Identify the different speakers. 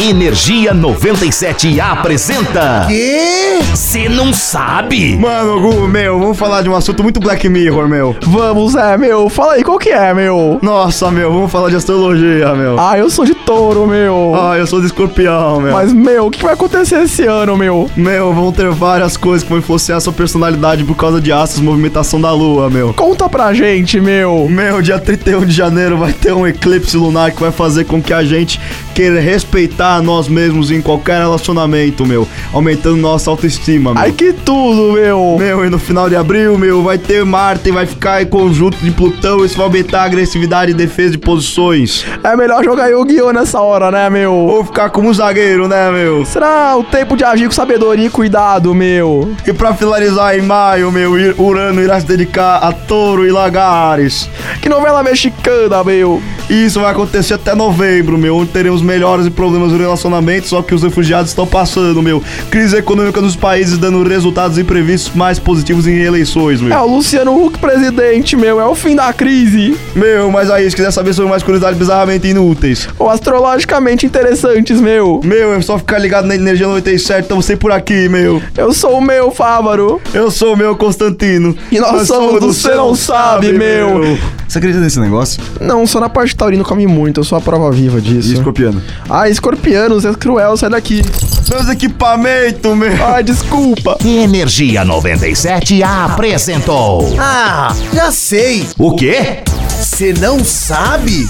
Speaker 1: Energia 97 apresenta.
Speaker 2: Quê?
Speaker 1: Você não sabe?
Speaker 2: Mano, Gu, meu, vamos falar de um assunto muito Black Mirror, meu.
Speaker 3: Vamos, é, meu. Fala aí, qual que é, meu?
Speaker 2: Nossa, meu, vamos falar de astrologia, meu.
Speaker 3: Ah, eu sou de touro, meu.
Speaker 2: Ah, eu sou de escorpião, meu.
Speaker 3: Mas, meu, o que vai acontecer esse ano, meu?
Speaker 2: Meu, vão ter várias coisas que vão influenciar a sua personalidade por causa de astros, movimentação da lua, meu.
Speaker 3: Conta pra gente, meu.
Speaker 2: Meu, dia 31 de janeiro vai ter um eclipse lunar que vai fazer com que a gente queira respeitar a nós mesmos em qualquer relacionamento, meu. Aumentando nossa autoestima, meu.
Speaker 3: Ai, que tudo, meu.
Speaker 2: Meu, e no final de abril, meu, vai ter Marte e vai ficar em conjunto de Plutão. Isso vai aumentar a agressividade e defesa de posições.
Speaker 3: É melhor jogar Yu-Gi-Oh! nessa hora, né, meu?
Speaker 2: Ou ficar como um zagueiro, né, meu?
Speaker 3: Será o tempo de agir com sabedoria e cuidado, meu?
Speaker 2: E pra finalizar em maio, meu, Urano irá se dedicar a Touro e Lagares.
Speaker 3: Que novela mexicana, meu.
Speaker 2: E isso vai acontecer até novembro, meu, onde teremos melhores e problemas no relacionamento, só que os refugiados estão passando, meu. Crise econômica nos países dando resultados imprevistos mais positivos em eleições, meu.
Speaker 3: É o Luciano Huck presidente, meu. É o fim da crise.
Speaker 2: Meu, mas aí, se quiser saber sobre mais curiosidades bizarramente inúteis.
Speaker 3: Ou astrologicamente interessantes, meu.
Speaker 2: Meu, é só ficar ligado na Energia 97, estamos sempre por aqui, meu.
Speaker 3: Eu sou o meu, Fávaro.
Speaker 2: Eu sou o meu Constantino.
Speaker 3: E nós, somos do Cê Não Sabe, meu.
Speaker 2: Você acredita nesse negócio?
Speaker 3: Não, só na parte taurina come muito. Eu sou a prova viva disso.
Speaker 2: E escorpiano.
Speaker 3: Ah, escorpiano, Zé Cruel, sai daqui.
Speaker 2: Meus equipamentos, meu.
Speaker 3: Ah, desculpa.
Speaker 1: Energia 97 apresentou.
Speaker 4: Ah, já sei.
Speaker 1: O quê?
Speaker 4: Você não sabe?